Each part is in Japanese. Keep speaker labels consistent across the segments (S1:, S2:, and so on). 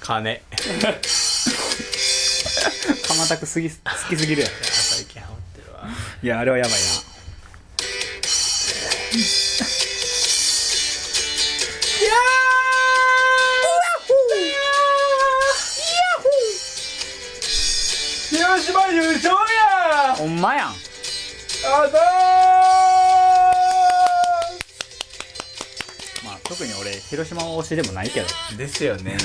S1: 金
S2: 鎌田くすぎ好きすぎるやん
S1: 最近ハマってるわ
S2: いやあれはやばいな
S1: 広島優勝や
S2: ほんまやん
S1: あざ
S2: まあ特に俺広島推しでもないけど
S1: ーですよね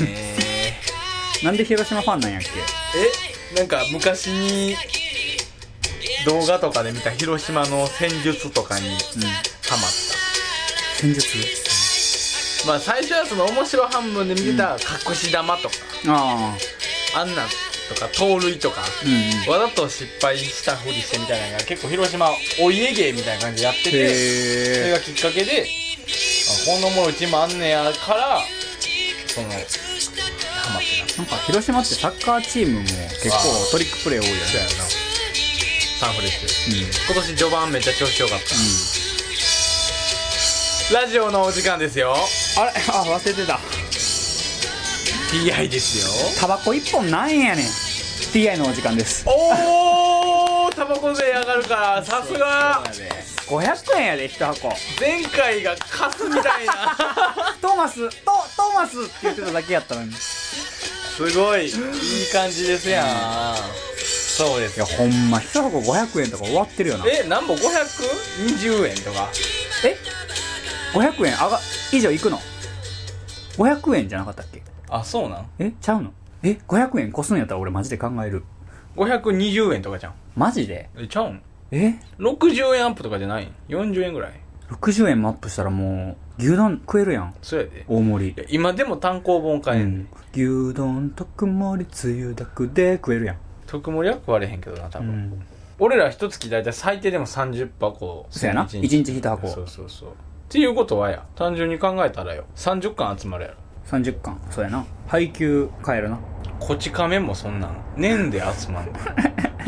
S2: なんで広島ファンなんやっけ
S1: えなんか昔に動画とかで見た広島の戦術とかに
S2: うん
S1: ハマっ
S2: 戦術
S1: た、まあ最初はその面白半分で見てた隠し玉とか、
S2: ああ
S1: あんなんとか盗塁とか、
S2: うんうん
S1: わざと失敗したふりしてみたいなのが結構広島お家芸みたいな感じでやっててそれ
S2: へ
S1: がきっかけであこんなものうちもあんねやからそのハマってな
S2: なんか広島ってサッカーチームも結構トリックプレー多いよね
S1: そうやなサンフレッチェ今年序盤めっちゃ調子良かった、ラジオのお時間ですよ
S2: あれあ忘れてた
S1: TI ですよ
S2: タバコ一本なんやねん TI のお時間です
S1: おおタバコ税上がるからさすが
S2: 500円やで一箱
S1: 前回がカスみたいな
S2: トーマスとトーマスって言ってただけやったのにい
S1: すごいいい感じですやんそうです
S2: や
S1: よ
S2: ほんま一箱500円とか終わってるよな
S1: え何本520円とか
S2: え500円上が以上いくの500円じゃなかったっけ
S1: あそうなん
S2: えちゃうのえ500円越すんやったら俺マジで考える
S1: 520円とかじゃん
S2: マジで
S1: えちゃうん
S2: え
S1: 60円アップとかじゃない40円ぐらい
S2: 60円もアップしたらもう牛丼食えるやん
S1: そうやで
S2: 大盛
S1: い
S2: り
S1: や今でも単行本買え
S2: うん
S1: ねん
S2: ん牛丼特盛りつゆだくで食えるやん
S1: 特盛りは食われへんけどな多
S2: う
S1: 分、
S2: ん
S1: 俺ら一月大体最低でも30箱
S2: そうやな
S1: 一
S2: 一日一箱
S1: そうそうそうっていうことはや単純に考えたらよ30巻集まるやろ
S2: 30巻そうやな配給買えるな
S1: こち亀もそんなん年で集 まる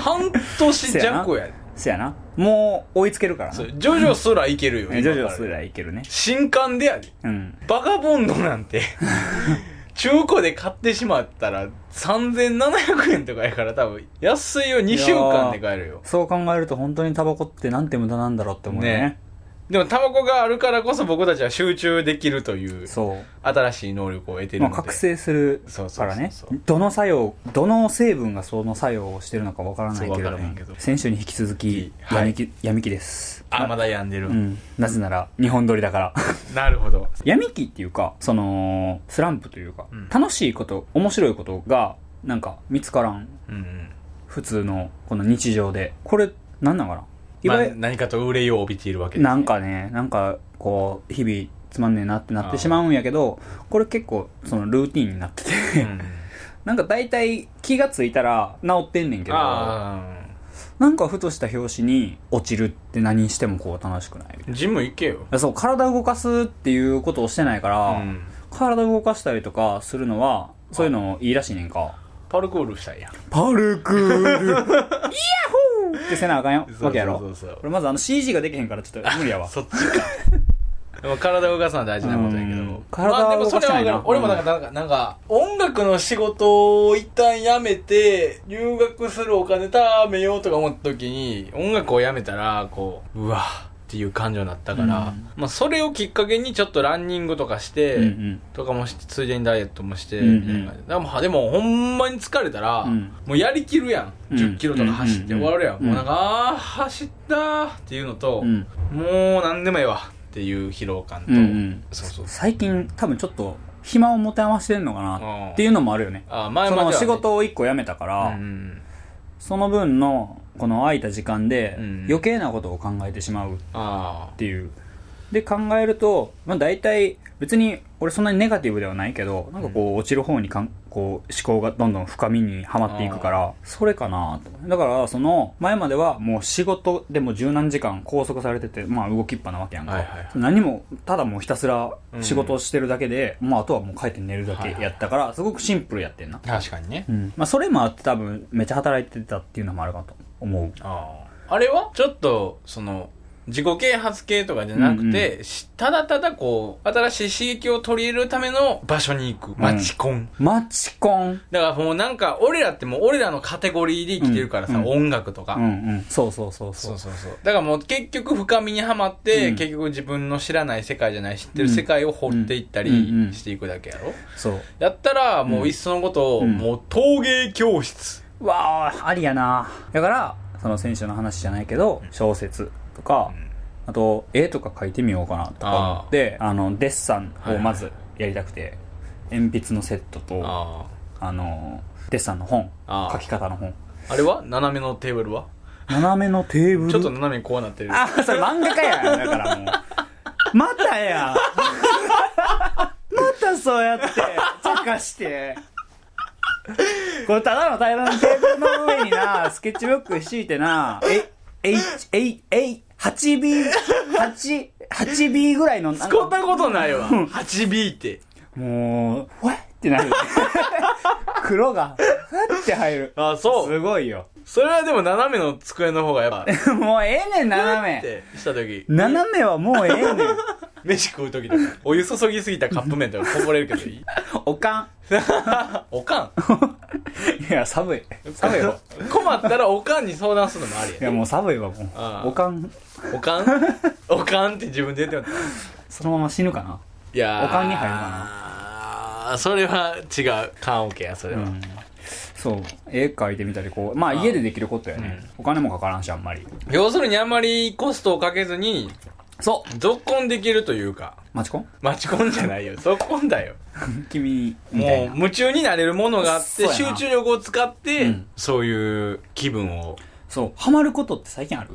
S1: 半年弱やで
S2: そやなもう追いつけるからな
S1: そ
S2: ジ
S1: うジョジョすらいけるよ今
S2: ョジョす
S1: から
S2: らいけるね
S1: 新刊でやで
S2: うん
S1: バカボンドなんて中古で買ってしまったら3700円とかやから多分安いよ2週間で買えるよ
S2: そう考えると本当にタバコってなんて無駄なんだろうって思うよね
S1: ねでもタバコがあるからこそ僕たちは集中できるという
S2: そ
S1: 新しい能力を得て
S2: う、
S1: る
S2: ま
S1: の
S2: あ、
S1: で、
S2: 覚醒する
S1: そうそう
S2: から
S1: そう
S2: ね
S1: そう
S2: どの作用どの成分がその作用をしてるのかわからないけれ
S1: そう
S2: ど
S1: わからへ
S2: も
S1: んけど
S2: 先週に引き続き
S1: はい
S2: 闇き闇きです
S1: あまだ病んでる、
S2: うん、なぜなら日本撮りだから
S1: なるほど
S2: 闇期っていうかそのスランプというか、
S1: うん
S2: 楽しいこと面白いことがなんか見つからん
S1: うんうん
S2: 普通のこの日常でこれなんなんかない
S1: ま
S2: わ
S1: あ
S2: ゆ、
S1: 何かと憂いを帯びているわけです、ね、
S2: なんかねなんかこう日々つまんねえなってなってしまうんやけどこれ結構そのルーティンになってて、
S1: うん
S2: なんか大体気がついたら治ってんねんけど
S1: あ
S2: なんかふとした拍子に落ちるって何してもこう楽しくないみたい
S1: あジム行けよ
S2: なそう体動かすっていうことをしてないから、
S1: うん
S2: 体動かしたりとかするのはそういうのいいらしいねんか
S1: パルクールしたいやん
S2: パルクール イヤホーってせなあかんよわけやろ
S1: そうそうそう
S2: 俺まずあの CG ができへんからちょっと無理やわ
S1: そっちか でも体を動かすのは大事なことやけど、
S2: うん
S1: まあ、でもそれは
S2: 体を動かしたいな
S1: わかる俺もなんかなんかなんか音楽の仕事を一旦やめて留学するお金貯めようとか思った時に音楽をやめたらこううわっていう感情になったから、
S2: うん
S1: まあ、それをきっかけにちょっとランニングとかして、
S2: うんうん
S1: とかもしてついでにダイエットもして、
S2: うんう
S1: み
S2: ん
S1: たいな感じででもでもほんまに疲れたら、
S2: うん
S1: もうやりきるやん
S2: うん
S1: 1 0キロとか走って
S2: うん
S1: 終わるやん、
S2: うん
S1: もうなんかあー走ったーっていうのと、
S2: うん
S1: もう何でもええわっていう疲労感と、
S2: うんうん
S1: そうそう
S2: 最近多分ちょっと暇を持て余してんのかなっていうのもあるよね
S1: あ前
S2: そ
S1: までは、
S2: の
S1: ね、
S2: 仕事を一個辞めたか
S1: うん
S2: ら、
S1: うん
S2: その分のこの空いた時間で
S1: うん
S2: 余計なことを考えてしまうっ
S1: あ
S2: ていうで考えると、まあ、大体別に俺そんなにネガティブではないけどなんかこう落ちる方にかんこう思考がどんどん深みにはまっていくからそれかなとだからその前まではもう仕事でも十何時間拘束されててまあ動きっぱなわけやんか、
S1: はいはいはい
S2: 何もただもうひたすら仕事をしてるだけで、まあ、あとはもう帰って寝るだけやったからすごくシンプルやってんな
S1: あ確かにね
S2: うんまあ、それもあって多分めっちゃ働いてたっていうのもあるかと思う
S1: あああれはちょっとその自己啓発系とかじゃなくて、しただただこう、新しい刺激を取り入れるための場所に行く。マチコン。
S2: マチコン。
S1: だからもうなんか、俺らってもう俺らのカテゴリーで生きてるからさ、
S2: うんうん
S1: 音楽とか。
S2: うんうん。そうそうそうそ
S1: そうう。そうそう。だからもう結局深みにはまって、
S2: うん
S1: 結局自分の知らない世界じゃない、知ってる世界を掘っていったり
S2: うんうん
S1: していくだけやろ、
S2: そう。
S1: やったら、もういっそのことを、
S2: うん
S1: もう陶芸教室。
S2: わあ、ありやな。だから、その選手の話じゃないけど、小説とか、あと、絵とか描いてみようかなとか
S1: あ。ー
S2: で、あの、デッサン
S1: はい
S2: を
S1: はい
S2: まずやりたくて、鉛筆のセットと、
S1: あ
S2: あの、デッサンの本、
S1: あー
S2: 描き方の本。
S1: あ。あれは斜めのテーブルは
S2: 斜めのテーブル。
S1: ちょっと斜めにこうなってる。
S2: あ、それ漫画家やん。だからもう。またやん。またそうやって、茶化して。これただの平らなテーブルの上にな、スケッチブック敷いてな、え、え、え、え、8B、8、8B ぐらいの、なん
S1: こん
S2: か
S1: なことないわ。8B って。
S2: もう、わってなる。黒が、ふわって入る。
S1: あ、そう。
S2: すごいよ。
S1: それはでも斜めの机の方がやっぱ、っ
S2: もうええねん、斜め。
S1: てした時、
S2: 斜めはもうええねん。
S1: 飯食う時とか、お湯注ぎすぎたカップ麺とかこぼれるけど いい
S2: おかん。
S1: おか
S2: いや、寒い。
S1: ん
S2: 寒いよ。
S1: 困ったらおかんに相談するのもあり
S2: い
S1: や
S2: や、
S1: ね
S2: もう寒いわ、も
S1: ああ
S2: う。おかん、
S1: おかんおかんって自分で言ってもらっ
S2: そのまま死ぬかな。
S1: た。いやー
S2: おかんに入るか
S1: あーそれは違う。缶オケや、それは。
S2: うんそう。絵描いてみたり、こう。まあ、家でできることやね。お金もかからんし、あんまり。
S1: 要するにあんまりコストをかけずに、
S2: そう。
S1: 続婚できるというか、
S2: マ チコン
S1: 待ち込んじゃない よ。続婚だよ。
S2: 君、みたい
S1: もう
S2: な。
S1: 夢中になれるものがあって、
S2: そうや
S1: 集
S2: な
S1: 中力を使って、
S2: うん
S1: そういう気分を。
S2: そう。ハマることって最近ある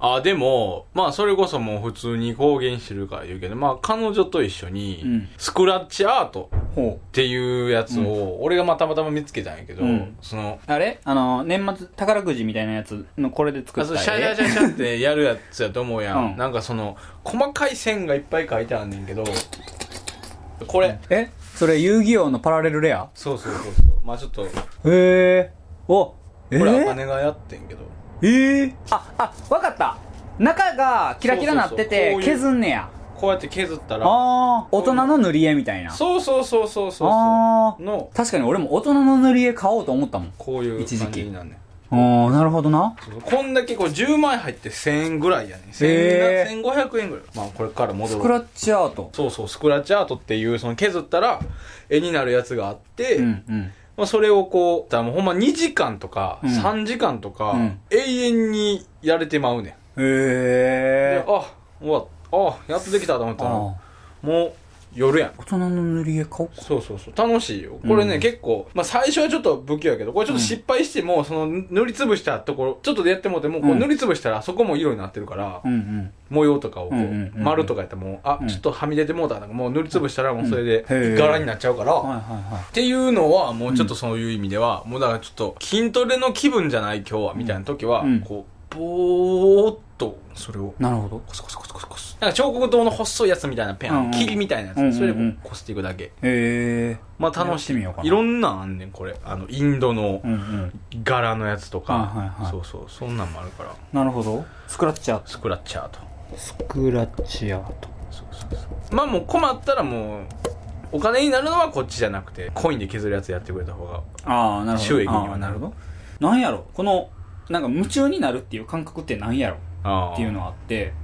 S1: あ、でも、まあそれこそもう普通に公言してるから言うけど、まあ彼女と一緒
S2: う
S1: に
S2: ん、
S1: スクラッチアートっ
S2: ほ
S1: ていうやつを、俺がまあたまたま見つけたんやけど、
S2: うん
S1: その、
S2: う。あれあの、年末宝くじみたいなやつのこれで作
S1: あ
S2: っ
S1: そうシャ
S2: た
S1: シャシ
S2: 絵。
S1: ャシャってやるやつやと思うやん、
S2: うん
S1: なんかその細かい線がいっぱい書いてあんねんけどこれ、
S2: えそれ、遊戯王のパラレルレア
S1: そうそうそうそうまあちょっとこ
S2: へえ。おえ
S1: れは
S2: ー
S1: 金がやってんけど、
S2: えーあ、あ、わかった。中がキラキラなっ
S1: そ
S2: てて
S1: う、そうそうこういう
S2: 削んねや。
S1: こうやって削ったら
S2: ああ、大人の塗り絵みたいな。
S1: そうそうそうそうそう
S2: あ
S1: そ
S2: ー
S1: うの
S2: 確かに俺も大人の塗り絵買おうと思ったもん。
S1: こういう
S2: 一時
S1: 感
S2: 期
S1: じになんねん
S2: ああ、なるほどな。
S1: そうそうこんだけこう10枚入って1000円ぐらいやねん1000
S2: へ
S1: 円が1500円ぐらいまあこれから戻
S2: ス
S1: ろ
S2: ク
S1: う
S2: ラッチアート。
S1: そうそうスクラッチアートっていうその削ったら絵になるやつがあって、
S2: うんうん。
S1: まあ、それをこう、だからもうほんま2時間とか、
S2: うん
S1: 3時間とか、
S2: うん
S1: 永遠にやれてまうねん。
S2: へ
S1: で、あ、終わあ、やっとできたと思ったら、
S2: あ
S1: もう夜やん。
S2: 大人の塗り絵買おうか。
S1: そうそうそう。楽しいよ。これね、
S2: うん
S1: 結構、まあ最初はちょっと不器用やけど、これちょっと失敗しても、その塗りつぶしたところ、ちょっとでやってもうても、こ
S2: う
S1: うん塗りつぶしたらそこも色になってるから、
S2: うんうん。
S1: 模様とかをこう、
S2: うんうんうん
S1: 丸とかやったらもう、あ
S2: う、ん
S1: ちょっとはみ出てもうたなんかもう塗りつぶしたらもうそれ
S2: うんへ
S1: で
S2: え
S1: 柄になっちゃうから、
S2: はいはいは
S1: っていうのは、もうちょっとそういう意味では、もうだからちょっと筋トレの気分じゃない今日は、みたいな時は、
S2: うん
S1: こう、ぼーっと、それを
S2: い。、なるほど。
S1: コスコスコスコスコス。なんか彫刻刀の細いやつみたいなペン、
S2: うんうん
S1: 霧みたいなやつ、
S2: うんうんうん
S1: それでこう、こすっていくだけ。
S2: へえ。
S1: まあ楽し
S2: やって
S1: み
S2: みようかない
S1: ろんなんあんねん、これ。あの、インドの
S2: うんうん。
S1: 柄のやつとか。
S2: あはいはい
S1: そうそう、そんなんもあるから、
S2: なるほど。スクラッチアート。
S1: スクラッチャーと。
S2: スクラッチアート。
S1: そうそうそう。まあもう困ったらもう、お金になるのはこっちじゃなくて、コインで削るやつやってくれた方が。
S2: ああ、なるほど。
S1: 収益にはなる
S2: あー。なんやろこの、なんか夢中になるっていう感覚ってなんやろ
S1: あー
S2: っていうのはあって、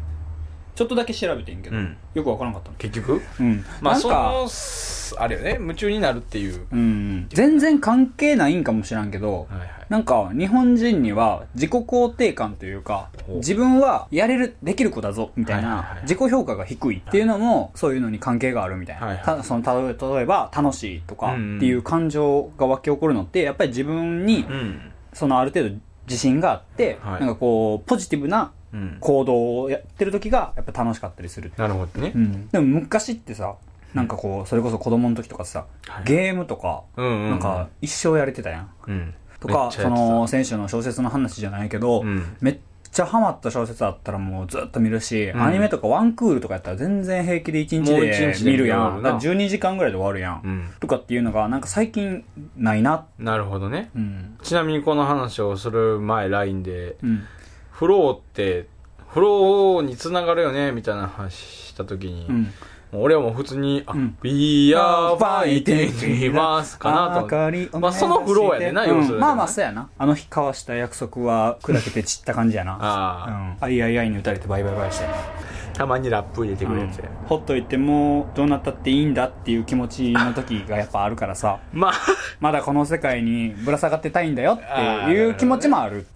S2: ちょっとだけ調べてんけど、
S1: うん
S2: よくわからんかったの。
S1: 結局
S2: うん。
S1: まあ
S2: なん
S1: そ
S2: か
S1: のすあれよね夢中になるっていう
S2: うん、全然関係ないんかもしらんけど、
S1: はいはい
S2: なんか日本人には自己肯定感というか
S1: ほう
S2: 自分はやれるできる子だぞみたい
S1: はいはい
S2: な
S1: はい
S2: 自己評価が低いっていうのもそういうのに関係があるみたいな、
S1: はいはい
S2: たその例え例えば楽しいとかっ
S1: うんうん
S2: ていう感情が湧き起こるのってやっぱり自分に
S1: うん
S2: そのある程度自信があって、
S1: はい
S2: なんかこうポジティブな
S1: うん
S2: 行動をやってる時がやっぱ楽しかったりする
S1: なるほどね
S2: うん、でも昔ってさなんかこうそれこそ子供の時とかさ、
S1: はい
S2: ゲームとか、
S1: うんうんうん
S2: なんか一生やれてたやん
S1: うん
S2: と
S1: め
S2: か
S1: っちゃやってた
S2: その選手の小説の話じゃないけど、
S1: うん
S2: めっちゃハマった小説あったらもうずっと見るし、
S1: ん
S2: アニメとかワンクールとかやったら全然平気で1日
S1: もう一
S2: で
S1: 日で
S2: 見るや
S1: 見
S2: ん
S1: 終わるな
S2: だから12時間ぐらいで終わるやん、
S1: うん
S2: とかっていうのがなんか最近ないな
S1: なるほどね
S2: うん
S1: ちなみにこの話をする前 LINE で
S2: うん
S1: フローってフローにつながるよねみたいな話した時に、
S2: うん
S1: もう俺はもう普通に「あ
S2: ん
S1: We are fighting dreamers」かなと思
S2: 明
S1: っ
S2: か
S1: て
S2: りを
S1: まあ、そのフローやねんな、要するに、
S2: うんまあまあそうやなあの日交わした約束は砕けて散った感じや
S1: あ
S2: なうんあいあいあいに打たれてバイバイバイしてね
S1: たまにラップ入れてくるやつや、
S2: ほっといてもどうなったっていいんだっていう気持ちの時がやっぱあるから さ
S1: まあ
S2: まだこの世界にぶら下がってたいんだよっていう気持ちもある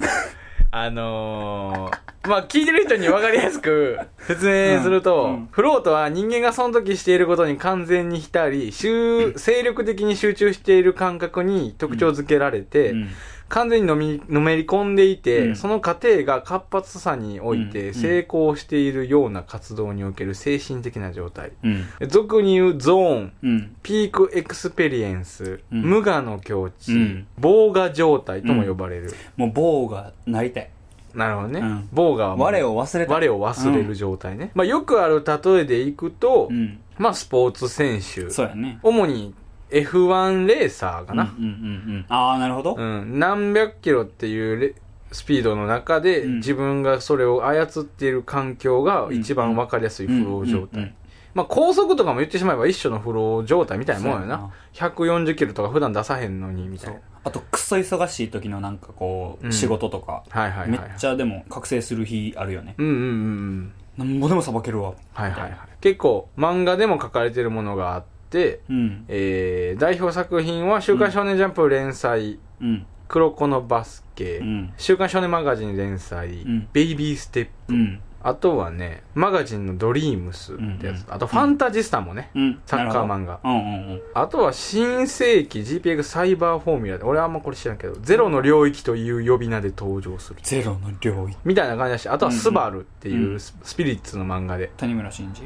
S1: あのー、まあ聞いてる人に分かりやすく 説明すると、
S2: うんうん
S1: フローとは人間がその時していることに完全に浸り集精力的に集中している感覚に特徴づけられて、
S2: うん
S1: 完全にのみのめり込んでいて、
S2: うん
S1: その過程が活発さにおい
S2: うんう
S1: て
S2: ん
S1: 成功しているような活動における精神的な状態
S2: うん
S1: 俗に言うゾーン
S2: うん
S1: ピークエクスペリエンス、
S2: うん
S1: 無我の境地、
S2: うん
S1: 防我状態とも呼ばれる、
S2: もう棒がなりたい
S1: なるほどね、
S2: うん
S1: 防我はもう
S2: 我を忘れた
S1: 我を忘れる状態ね、まあよくある例えでいくと、
S2: うん
S1: まあスポーツ選手
S2: そうやね
S1: 主に F1 レーサーかな、
S2: うんうんうんうんああなるほど
S1: うん、何百キロっていうレスピードの中で、
S2: うん
S1: 自分がそれを操っている環境が一番分かりやすいフロー状態、
S2: うんうんうん
S1: まあ高速とかも言ってしまえば一緒のフロー状態みたいなもんよな
S2: そうやな
S1: 140キロとか普段出さへんのにみたい
S2: そ
S1: な
S2: うあとクソ忙しい時のなんかこ
S1: う
S2: うん仕事とか
S1: はいはい
S2: め
S1: は
S2: っ
S1: いはい
S2: ちゃでも覚醒する日あるよね
S1: うんうんうんうん
S2: なんぼでもさばけるわ
S1: はいはいはい結構漫画でも書かれてるものがあって、
S2: うん
S1: えー代表作品は「週刊少年ジャンプ」連載
S2: うん
S1: 「黒子のバスケ」
S2: うん
S1: 週刊少年マガジン」連載、
S2: うん
S1: ベイビーステップ」
S2: うん
S1: あとはね、マガジンのドリームスってやつ。
S2: うんうん
S1: あと、ファンタジスタもね。
S2: うん
S1: サッカー漫画
S2: なるほどうんうんうん
S1: あとは、新世紀 GPX サイバーフォーミュラで、俺はあんまこれ知らんけど、ゼロの領域という呼び名で登場する。
S2: ゼロの領域
S1: みたいな感じだし、あとは、スバルって
S2: う
S1: い
S2: ん
S1: うススピリッツの漫画で。
S2: 谷村新司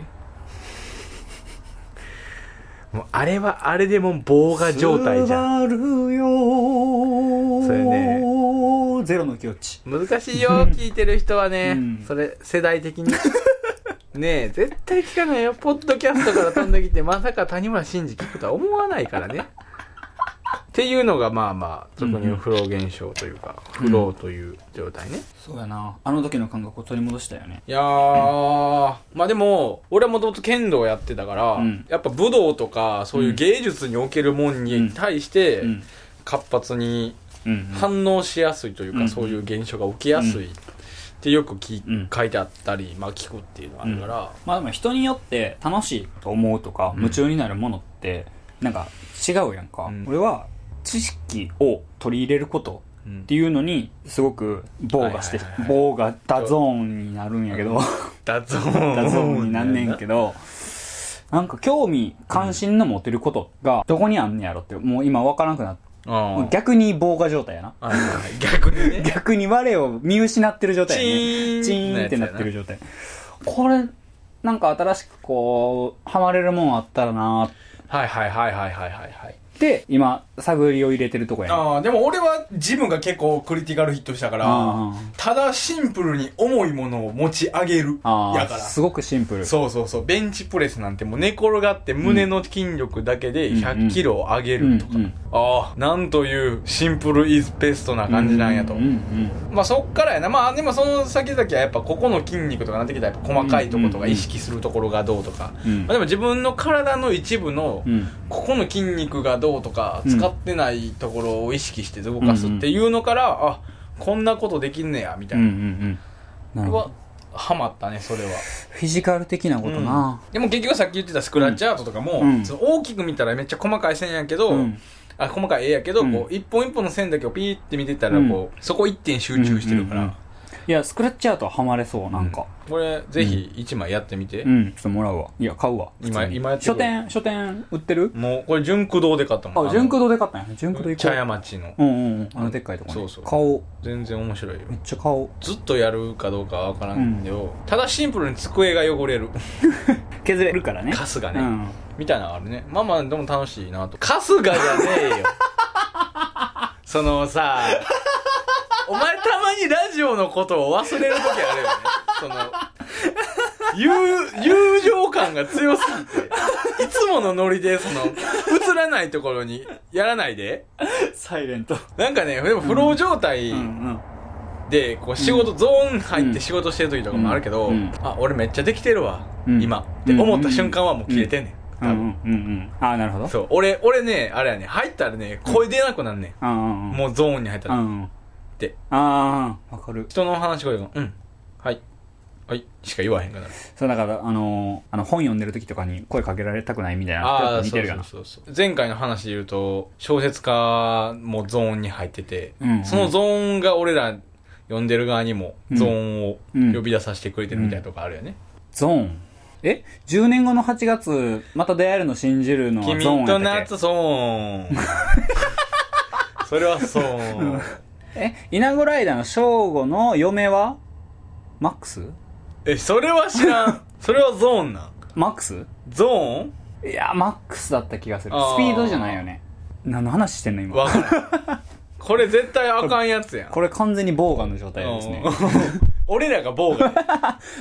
S1: もう、あれはあれでもう棒が状態じゃん。
S2: んるよー
S1: それ
S2: ゼロの境地
S1: 難しいよ、聞いてる人はね。
S2: うん
S1: それ、世代的に。 ねえ、絶対聞かないよ。ポッドキャストから飛んできて、まさか谷村新司聞くとは思わないからね。っていうのが、まあまあ、俗に言うフロー現象というか、フローという状態ね。
S2: そうやなあの時の感覚を取り戻したよね
S1: いやー、まあでも、俺はもともと剣道やってたから、
S2: うん
S1: やっぱ武道とか、そういう芸術におけるもんに対して
S2: うん、
S1: 活発に
S2: うんうん
S1: 反応しやすいというか、
S2: うん
S1: そういう現象が起きやすいってよく聞、
S2: うん
S1: 書いてあったり、まあ、聞くっていうのがあるから、
S2: まあでも人によって楽しいと思うとか夢中になるものってなんか違うやんか、
S1: うん
S2: 俺は知識を取り入れること
S1: うん
S2: っていうのにすごく棒がして
S1: はいはいはいはい
S2: 棒がダゾーンになるんやけど
S1: ダゾーン
S2: ダゾーンになんねんけどなんか興味関心の持てることがどこにあんねやろってもう今わからなくなって
S1: ど
S2: 逆に棒が状態やな
S1: 逆にね
S2: 逆に我を見失ってる状態やね
S1: チーン
S2: チーンってなってる状態これなんか新しくこうハマれるもんあったらなーっ
S1: はいはいはいはいはいはいはい
S2: て今探りを入れてるとこやね
S1: ああでも俺はジムが結構クリティカルヒットしたから
S2: あー
S1: ただシンプルに重いものを持ち上げる
S2: あ
S1: や
S2: あ
S1: から
S2: すごくシンプル
S1: そうそうそうベンチプレスなんてもう寝転がって胸の筋力だけで1 0 0キロを上げるとか、
S2: うんうん
S1: ああなんというシンプルイズベストな感じなんやと、
S2: うんうん
S1: まあそっからやなまあでもその先々はやっぱここの筋肉とかなってきたらやっぱ細かいところと
S2: うん
S1: か
S2: うんうん
S1: 意識するところがどうとか、
S2: うん
S1: まあ、でも自分の体の一部の
S2: うん
S1: ここの筋肉がどうとか
S2: うん
S1: 使ってないところを意識して動かすっていうのから、あこんなことできんねやみた
S2: う
S1: い
S2: んう
S1: な、
S2: んうんなるほ
S1: は
S2: ど
S1: ハマったねそれは、
S2: フィジカル的なことな
S1: でも結局さっき言ってたスクラッチアートとかも、
S2: うん
S1: その大きく見たらめっちゃ細かい線やけど、
S2: うん
S1: あ細かい絵やけど、
S2: うん
S1: こう一本一本の線だけをピーって見てたら
S2: うん
S1: こう、そこ一点集中してるから、
S2: うんうんうんいやスクラッチアートはハマれそうなんか
S1: これぜひ一枚やってみて、
S2: うんちょっともらうわいや買うわ
S1: 今
S2: 普通に
S1: 今やってる
S2: 書店書店売ってる
S1: もうこれ純駆動で買ったもん
S2: あ純駆
S1: 動
S2: 動で買ったんや純駆動行こ
S1: 茶
S2: う
S1: 屋町の
S2: うんうんうんあのでっかいとこね
S1: そうそう
S2: 買おう
S1: 全然面白いよ
S2: めっちゃ買おう
S1: ずっとやるかどうかは分からんけど、ただシンプルに机が汚れる
S2: 削れるからね
S1: カスがね、
S2: うん
S1: みたいなのがあるねまあまあでも楽しいなとカスがじゃね えよそのさお前たまにラジオのことを忘れる時あるよねその友友情感が強すぎていつものノリでその映らないところにやらないで
S2: サイレント。
S1: なんかねでもフロー状態、
S2: うんうん。
S1: でこう仕事、ゾーン入って仕事してる時とかもあるけど、
S2: うんうん
S1: あ俺めっちゃできてるわ、
S2: うん
S1: 今って思った瞬間はもう切れてんねん、
S2: う
S1: 多
S2: ん
S1: 分
S2: うんうんああなるほど
S1: そう俺俺ねあれやね入ったらね声出なくなんねん、
S2: うんうんうん
S1: もうゾーンに入った
S2: う
S1: ら、
S2: んうん
S1: で
S2: ああわかる
S1: 人の話し声が「うんはいはい」しか言わへんくなる
S2: そうだからあのーあの本読んでる時とかに声かけられたくないみたい
S1: あ
S2: な
S1: あ
S2: 似
S1: そ
S2: て
S1: う
S2: るよ
S1: そう
S2: な
S1: そうそう前回の話で言うと小説家もゾーンに入ってて、
S2: うん
S1: そのゾーンが俺ら読んでる側にもゾーンを呼び出させてくれてるみたいなとこあるよね、
S2: ゾーンえ10年後の8月また出会えるの信じるのはゾーン
S1: 君
S2: や
S1: と
S2: ったっけ
S1: 夏ゾーン それはそう
S2: え稲子ライダーの正吾の嫁はマックス
S1: えそれは知らんそれはゾーンなん
S2: マックス
S1: ゾーン
S2: いやマックスだった気がする
S1: あー
S2: スピードじゃないよね何の話してんの今
S1: わからんこれ絶対あかんやつやん
S2: これ完全にボーガンの状態ですね
S1: うん俺らが棒が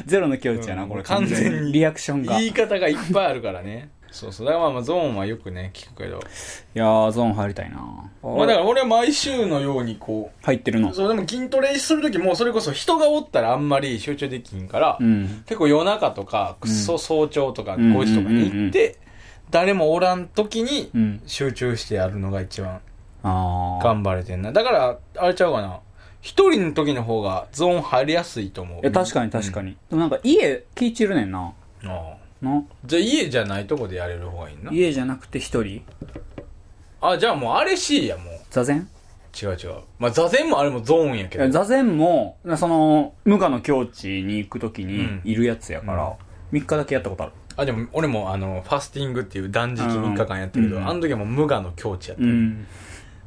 S2: ゼロの境地やな、
S1: うん
S2: これ
S1: 完全に
S2: リアクションが
S1: 言
S2: い
S1: い方がいっぱいあるからねそうそうだからまあまあゾーンはよくね聞くけど
S2: やーゾーン入りたいな
S1: まあだから俺は毎週のようにこ
S2: 入ってるの
S1: うそうでも筋トレする時もそれこそ人がおったらあんまり集中できんから、
S2: うん
S1: 結構夜中とかくっそ早朝とか
S2: うん
S1: 5時とかに行って、誰もおらん時に
S2: うん
S1: 集中してやるのが一番
S2: ああ
S1: 頑張れてんなだからあれちゃうかな一人の時の方がゾーン入りやすいと思う
S2: いや確かに確かに、でもなんか家聞いちるねんな
S1: に、ああ
S2: な
S1: じゃあ家じゃないとこでやれる方がいいな
S2: 家じゃなくて一人
S1: あじゃあもうあれしいやもう
S2: 座禅
S1: 違う違う。まあ、座禅もあれもゾーンやけ
S2: いや
S1: ど。
S2: 座禅もその無我の境地に行く時にいるやつやから、三3日だけやったことある
S1: あ、でも俺もあの、ファスティングっていう断食3日間やったけど、
S2: うん
S1: あの時はもう無我の境地やった。
S2: うん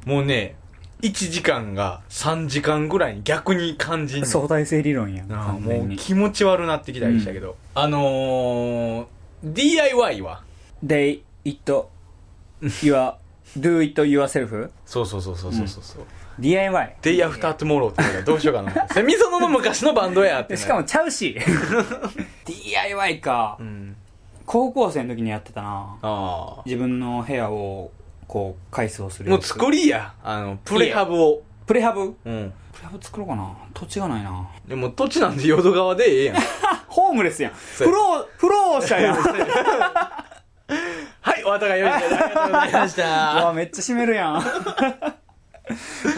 S1: もうね、1時間が3時間ぐらいに逆に感じんの
S2: 相対性理論やん
S1: なあ
S2: 完
S1: も
S2: 全
S1: う
S2: に
S1: 気持ち悪なってきたりしたけど。あのー、DIY は
S2: They it your do it yourself
S1: そうそうそうそうそうそう。う
S2: DIY
S1: Day After Tomorrow ってのがどうしようか な。セミソノの昔のバンドやって。
S2: しかも、ちゃう し DIY か、
S1: うん。
S2: 高校生の時にやってたな
S1: あ
S2: 自分の部屋をこう改装す
S1: あ。
S2: る
S1: も
S2: や
S1: う
S2: つ
S1: 作りや。あの、プレハブを。
S2: プレハブ
S1: うん。
S2: プレハブ作ろうかな土地がないな
S1: でも土地なんて淀川でええやん。
S2: ホームレスやん
S1: う
S2: 不老不老者やんう
S1: はい、おわたがよいしょですありがとうございま した。
S2: わめっちゃ締めるやん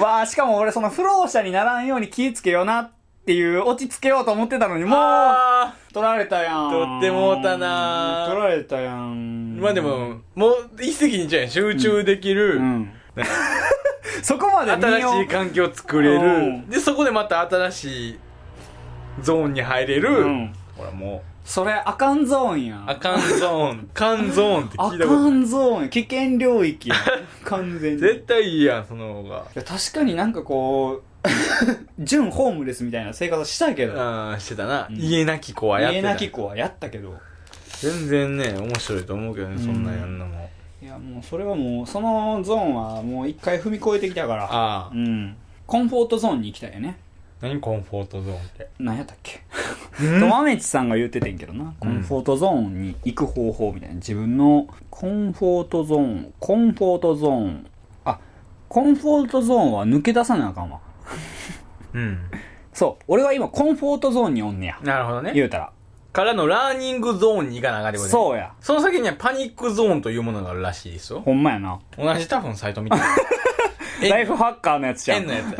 S2: わあしかも俺その不老者にならんように気ぃつけようなっていう落ち着けようと思ってたのにもう
S1: あ
S2: 取られたやん
S1: 取ってもうたな
S2: 取られたやん
S1: ーまあでも、もう一石二鳥やん集中できる、
S2: うん そこまで身を
S1: 新しい環境作れ
S2: う
S1: る
S2: ん。
S1: で、そこでまた新しいゾーンに入れ
S2: う
S1: る。
S2: ん
S1: ほらも
S2: それあかんゾーンやん
S1: う、あかんゾーン、かんゾーンって
S2: あ
S1: 聞いたこと
S2: か
S1: ない。
S2: んゾーン危険領域やん完全に
S1: 絶対いいやん、その方が。
S2: いや確かになんかこう 純ホームレスみたいな生活したけど
S1: あーしてたな。
S2: ん
S1: 家なき子はやって
S2: 家
S1: た。
S2: なき子はやったけど
S1: 全然ね、面白いと思うけどね、そんなんやんのも。
S2: いやもうそれはもうそのゾーンはもう一回踏み越えてきたから
S1: あ
S2: う
S1: あ。
S2: んコンフォートゾーンに行きたいよね
S1: 何コンフォートゾーンって。
S2: 何やったっけとまめちさんが言っててんけどなコンフォートゾーンに行く方法みたいな自分のコンフォートゾーンコンフォートゾーンあコンフォートゾーンは抜け出さなあかんわ
S1: うん。
S2: そう俺は今コンフォートゾーンにおんねや
S1: なるほどね。
S2: 言うたら
S1: からのラーニングゾーンに行かなあかんってことね
S2: そうや
S1: その先にはパニックゾーンというものがあるらしいですよ。
S2: ほんまやな
S1: 同じ多分サイト見てる。円
S2: ライフハッカーのやつじゃ
S1: 円
S2: ん
S1: のやつ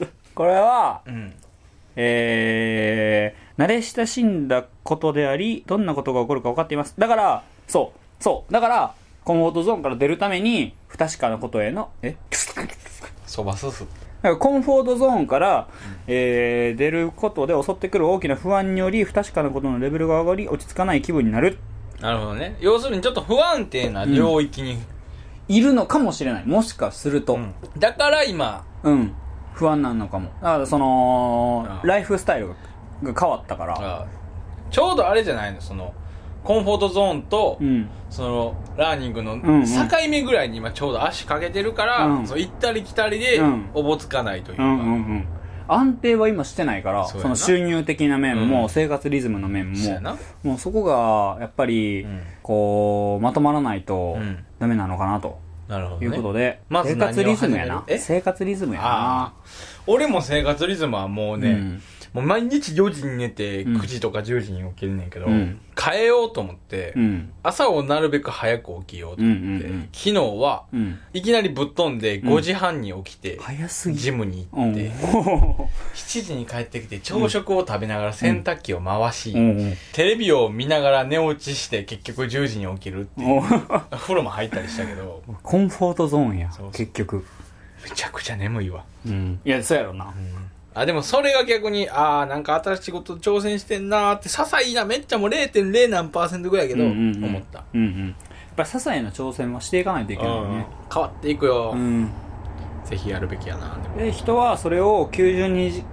S1: や。
S2: これは
S1: うん。
S2: えー、慣れ親しんだことでありどんなことが起こるか分かっていますだからそうそうだからコンフォートゾーンから出るために不確かなことへのえ
S1: そばすす。
S2: だからコンフォートゾーンから、えー出ることで襲ってくる大きな不安により不確かなことのレベルが上がり落ち着かない気分になる
S1: なるほどね。要するにちょっと不安定な領域に。
S2: いるのかもしれないもしかすると
S1: う
S2: うんん、
S1: だから今、
S2: 不安なのかもだからその
S1: ああ
S2: ライフスタイルがが変わったから
S1: あちょうどあれじゃないの、その、コンフォートゾーンと、
S2: うん
S1: その、ラーニングの
S2: んうん
S1: 境目ぐらいに今ちょうど足かけてるから、
S2: うん
S1: そう行ったり来たりで
S2: うん、
S1: おぼつかないという
S2: う
S1: か。
S2: んうんうん安定は今してないから
S1: そう
S2: そ
S1: やな
S2: の収入的な面も、
S1: うん
S2: 生活リズムの面
S1: そうや
S2: も
S1: な。
S2: もうそこがやっぱり、
S1: うん
S2: こうまとまらないと
S1: うん
S2: ダメなのかなと、
S1: なるほど、
S2: と
S1: ね。
S2: いうことで、
S1: まず
S2: 生
S1: 何を
S2: 活リズムやな
S1: 始めるえ
S2: 生活リズムやな
S1: ああ。俺も生活リズムはもうね、
S2: うん
S1: もう毎日4時に寝て、
S2: うん
S1: 9時とか10時に起きるねんけど、
S2: うん
S1: 変えようと思って、
S2: うん
S1: 朝をなるべく早く起きようと思って、
S2: うんうんうん
S1: 昨日は、
S2: うん
S1: いきなりぶっ飛んで5時半に起きて、
S2: 早すぎ
S1: ジムに
S2: う
S1: 行
S2: ん
S1: って、7時に帰ってきて朝食を食べながら洗濯機を回し、
S2: うんうん
S1: テレビを見ながら寝落ちして結局10時に起きるっていう。
S2: もう
S1: 風呂も入ったりしたけど、
S2: コンフォートゾーンや
S1: そうそう
S2: 結局
S1: めちゃくちゃ眠いわ。
S2: うんいやそうやろな
S1: あ、でもそれが逆に、ああ、なんか新しいこと挑戦してんなーって、些細な、めっちゃもう0.0何パーセントぐらいやけど、
S2: うんうんうん
S1: 思った。
S2: うんうんやっぱ些細な挑戦はしていかないといけないよね
S1: 変わっていくよ、
S2: うん
S1: ぜひやるべきやな、でも。
S2: で人はそれを90日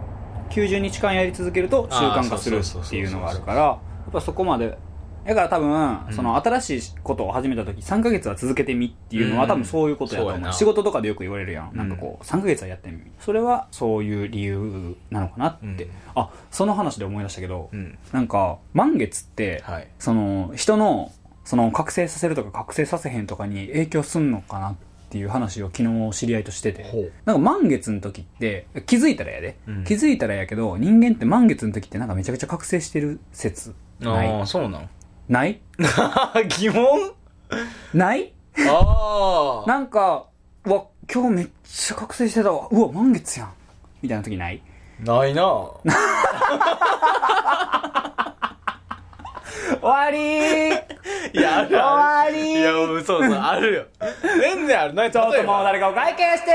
S2: ,90 日間やり続けると習慣化する
S1: あーそうそうそうそう
S2: っていうのがあるからやっぱそこまでだから多分、その新しいことを始めた時3ヶ月は続けてみっていうのは
S1: うん
S2: 多分そういうことやと思
S1: そう
S2: う,、
S1: やな
S2: 仕事とかでよく言われるやん、
S1: うん
S2: なんかこう3ヶ月はやってみそれはそういう理由なのかなって、
S1: うん
S2: あその話で思い出したけど、
S1: うん。
S2: なんか満月って、
S1: はい。
S2: その人のその覚醒させるとか覚醒させへんとかに影響すんのかなっていう話を昨日知り合いとしてて
S1: ほう
S2: なんか満月の時って気づいたらやで、
S1: うん
S2: 気づいたらやけど人間って満月の時ってなんかめちゃくちゃ覚醒してる説ない
S1: ああ、そうなの
S2: ない
S1: 疑問
S2: ない
S1: ああ。
S2: なんかうわ今日めっちゃ覚醒してたわうわ満月やんみたいな時ない
S1: ないな
S2: 終わり
S1: い
S2: ー
S1: や、あるある。
S2: 終わり
S1: いや、そうそう、あるよ。全然ある。ない
S2: ちょっともう
S1: あ
S2: 誰かお会計して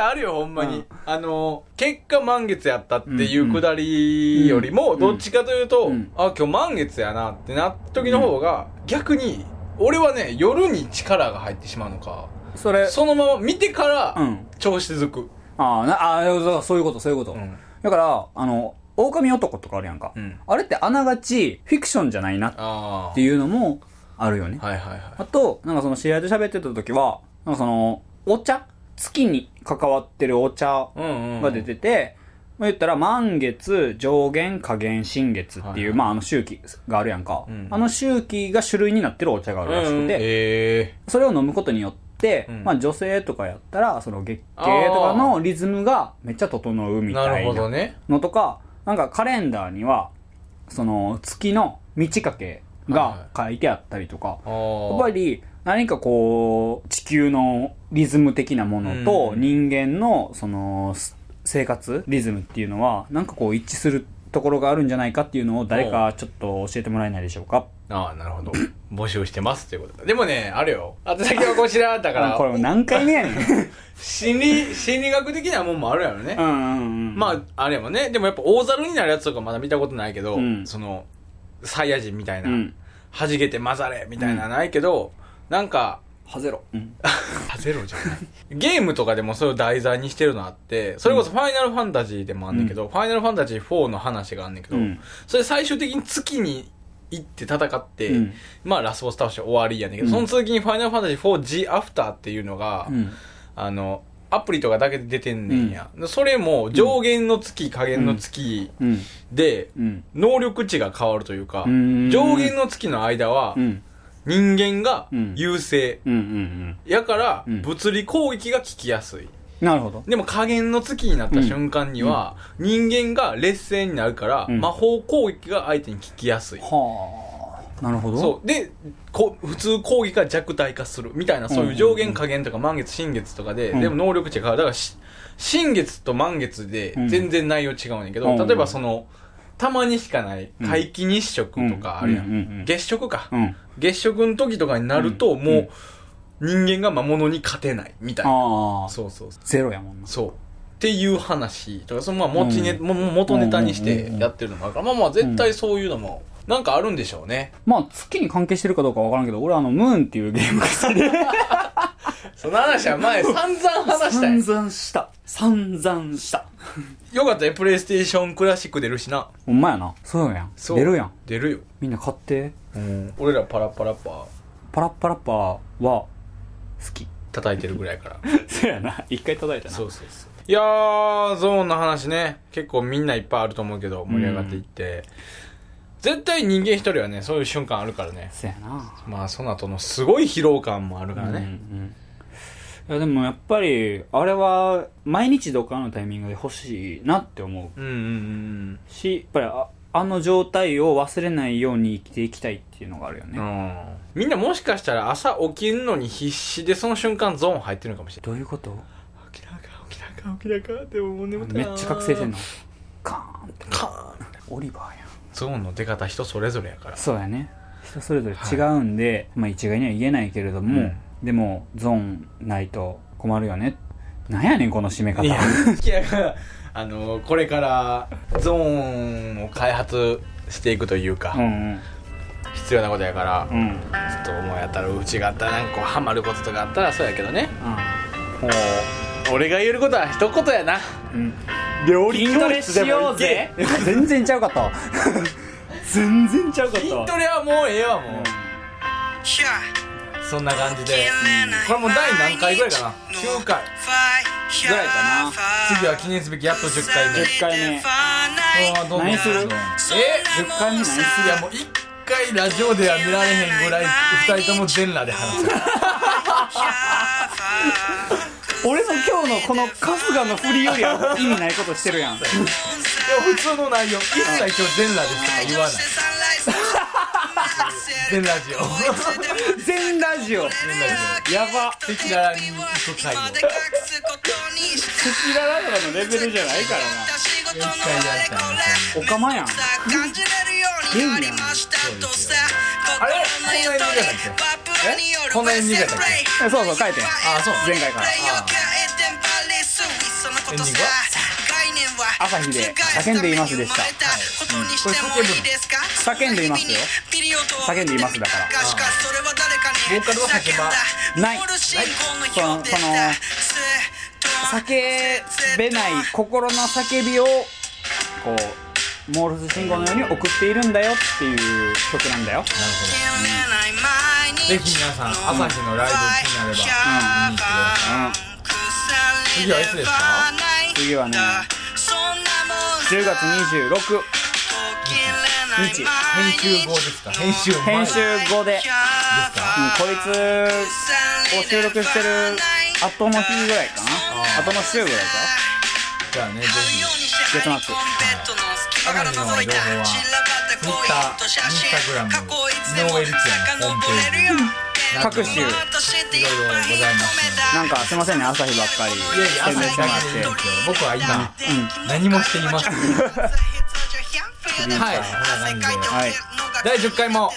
S2: ー
S1: あるよ、ほんまに。
S2: うん
S1: あの、結果満月やったっていうくだりよりも、
S2: うん
S1: どっちかというと、
S2: うん
S1: あ、今日満月やなってなった時の方が、逆に、俺はね、夜に力が入ってしまうのか、
S2: それ
S1: そのまま見てから、
S2: うん
S1: 調子づく。
S2: あーなあーそうそういうことそういうこと、
S1: うん
S2: だからあの狼男とかあるやんか、
S1: うん
S2: あれってあながちフィクションじゃないなっ
S1: あ
S2: ていうのもあるよね
S1: あ。はいはいは
S2: あとなんかその知り合いと喋ってた時はなんかそのお茶月に関わってるお茶
S1: い。うんうん。
S2: が出てて、まあ言ったら満月上限下限新月っていう、
S1: はい
S2: まああの周期があるやんか、
S1: うん
S2: あの周期が種類になってるお茶があ
S1: う
S2: る
S1: ん
S2: らし
S1: う
S2: く
S1: ん。
S2: て、
S1: え
S2: それを飲むことによって、
S1: うん
S2: まあ女性とかやったらその月経とかのリズムがめっちゃ整う
S1: え
S2: みたい
S1: な
S2: な
S1: るほどね。
S2: のとか、なんかカレンダーには、その月の満ち欠けが書いてあったりとか、
S1: あ
S2: やっぱ
S1: あ。
S2: り何かこう、地球のリズム的なものと
S1: うん
S2: 人間のそのす生活、リズムっていうのは、なんかこう一致するところがあるんじゃないかっていうのを誰かちょっと教えてもらえないでしょうか。
S1: ああ、なるほど。募集してますということで。でもね、あれよ。あと先はこちらだから、
S2: これもう何回目やね ん。
S1: 心理、心理学的なもんもあるやろね
S2: う。んうんうん。
S1: まあ、あれもね、でもやっぱ大猿になるやつとかまだ見たことないけど、
S2: うん
S1: その、サイヤ人みたいな、
S2: うん
S1: 弾けて混ざれみたいなないけど、なんか、
S2: はゼロ。うん。
S1: あゼロじゃない。 ゲームとかでもそれを題材にしてるのあって、それこそファイナルファンタジーでもあんねんけど、ファイナルファンタジー4の話があんねんけど、
S2: うん
S1: それ最終的に月に行って戦って、
S2: うん
S1: まあラスボス倒して終わりやねんけど、
S2: うん
S1: その続きにファイナルファンタジー 4G アフターっていうのが、
S2: うん。
S1: あの、アプリとかだけで出てんねんや。それも上限の月、下限の月
S2: うん。
S1: で、
S2: うん。
S1: 能力値が変わるというか、
S2: うん
S1: 上限の月の間は
S2: う、ん。
S1: 人間が
S2: うん
S1: 優勢。
S2: うん。うん。
S1: やから、
S2: うん
S1: 物理攻撃が効きやすい。
S2: なるほど。
S1: でも下限の月になった瞬間には、人間が劣勢になるから、
S2: うん
S1: 魔法攻撃が相手に効きやすい。
S2: はあ。なるほど。
S1: そう。で、こ普通攻撃が弱体化する。みたいな、そういう上限下限とか満月、新月とかで、
S2: うん
S1: でも能力値が変わる。だからし、新月と満月で
S2: うん
S1: 全然内容違うんやけど、
S2: うん
S1: 例えばその、たまにしかない
S2: うん
S1: 皆既日食とかあるやん。
S2: うんうんうんうん
S1: 月食か、
S2: うん。
S1: 月食の時とかになると、
S2: うん
S1: もう、人間が魔物に勝てない。みたいな。
S2: ああ。
S1: そうそうそう。
S2: ゼロやもんな。
S1: そう。っていう話とか、そのまあ持ちね、
S2: う
S1: もも元ネタにし
S2: うんうん
S1: て
S2: うんうん
S1: やってるのもあるから、まあまあ絶対そういうのも、なんかあるんでしょうね。
S2: まあ、月に関係してるかどうかわからんけど、俺あの、ムーンっていうゲームが好きで。
S1: その話は前散々話した
S2: 散
S1: よ。
S2: 々した。 散々した。
S1: よかったね、プレイステーションクラシック出るしな。
S2: ほんまやな。そうやん。
S1: そう
S2: 出るやん。。
S1: 出るよ。
S2: みんな買って。
S1: 俺らパラパラッパ
S2: パラッパラッパーは、好き。
S1: 叩いてるぐらいから。
S2: そうやな。一回叩いた
S1: そうそうそう。いやー、ゾーンの話ね、結構みんないっぱいあると思うけど、盛り上がっていって。絶対人間一人はね、そういう瞬間あるからね。
S2: そうやな。
S1: まあ、その後のすごい疲労感もあるからね。
S2: うんうんいやでもやっぱりあれは毎日どっかのタイミングで欲しいなって思
S1: うんうんうん
S2: うしやっぱりああの状態を忘れないように生きていきたいっていうのがあるよね、
S1: うんみんなもしかしたら朝起きるのに必死でその瞬間ゾーン入ってるのかもしれ
S2: どういうこと
S1: ない起きなあかん起きなあかん起きなあかんでももう眠た
S2: め
S1: い
S2: っ
S1: な
S2: ちゃ覚醒せんのカーンって
S1: カーン
S2: オリバーやん
S1: ゾーンの出方人それぞれやから
S2: そうやね人それぞれ違うんで、まあ一概には言えないけれども、でもゾーンないと困るよねなんやねんこの締め方
S1: いやいやあのこれからゾーンを開発していくというか、
S2: うん
S1: 必要なことやから、
S2: うんうん
S1: ちょっと思い当たるうちがあったらなんかこうハマることとかあったらそうやけどねもう俺が言えることは一言やな
S2: うん
S1: 料
S2: 筋トレしようぜ全然ちゃうかったわ 全然ちゃうかっ
S1: 筋
S2: たわ
S1: トレはもうええわもう、そんな感じで、これもう第何回ぐらいかな9回
S2: ぐらいかな
S1: 次は記念すべきやっと10回目
S2: 10回目
S1: これはどんな
S2: 何する
S1: え
S2: 10回目何する
S1: いやもう1回ラジオでは見られへんぐらい2人とも全裸で話す
S2: 俺の今日のこの春日の振りよりは意味ないことしてるやん
S1: いや普通の内容一切今日全裸ですとか言わない 全ラジオ
S2: 全ラジオ
S1: 全ラジ
S2: やば
S1: オ赤裸々に行く回を
S2: キララとかのレベルじゃないからなおかまやん
S1: あれこんなエンディングやったっけえ
S2: えそうそう書いて
S1: あそう
S2: 前回から
S1: エンディングは
S2: 朝日で叫んでいますでした
S1: これ叫ぶの
S2: 叫んでいますよ叫んでいますだから
S1: ボーカルは叫ば
S2: ないそのその叫べない心の叫びをこうモールス信号のように送っているんだよっていう曲なんだよ
S1: ぜひ皆さん朝日のライブ気になれば見に来てください次はいつですか
S2: 次はね10月26日
S1: 編集後ですか編集前
S2: 編集後で
S1: ですか
S2: うんこいつを収録してる後の日ぐらいかな後の週ぐらいか
S1: じゃあねぜひ
S2: 月末
S1: 朝日の情報は TwitterInstagram ノーエリツィアのホームページ
S2: 各種
S1: いろいろございますの
S2: なんかすいませんね朝日ばっかり
S1: でいやいや
S2: 宣
S1: 朝
S2: 伝し
S1: 日
S2: て
S1: だ
S2: もらっ
S1: けでいいんですよ
S2: て
S1: 僕は今
S3: うん
S1: 何もしていません
S3: はい、こんな感じで
S1: はい第10回も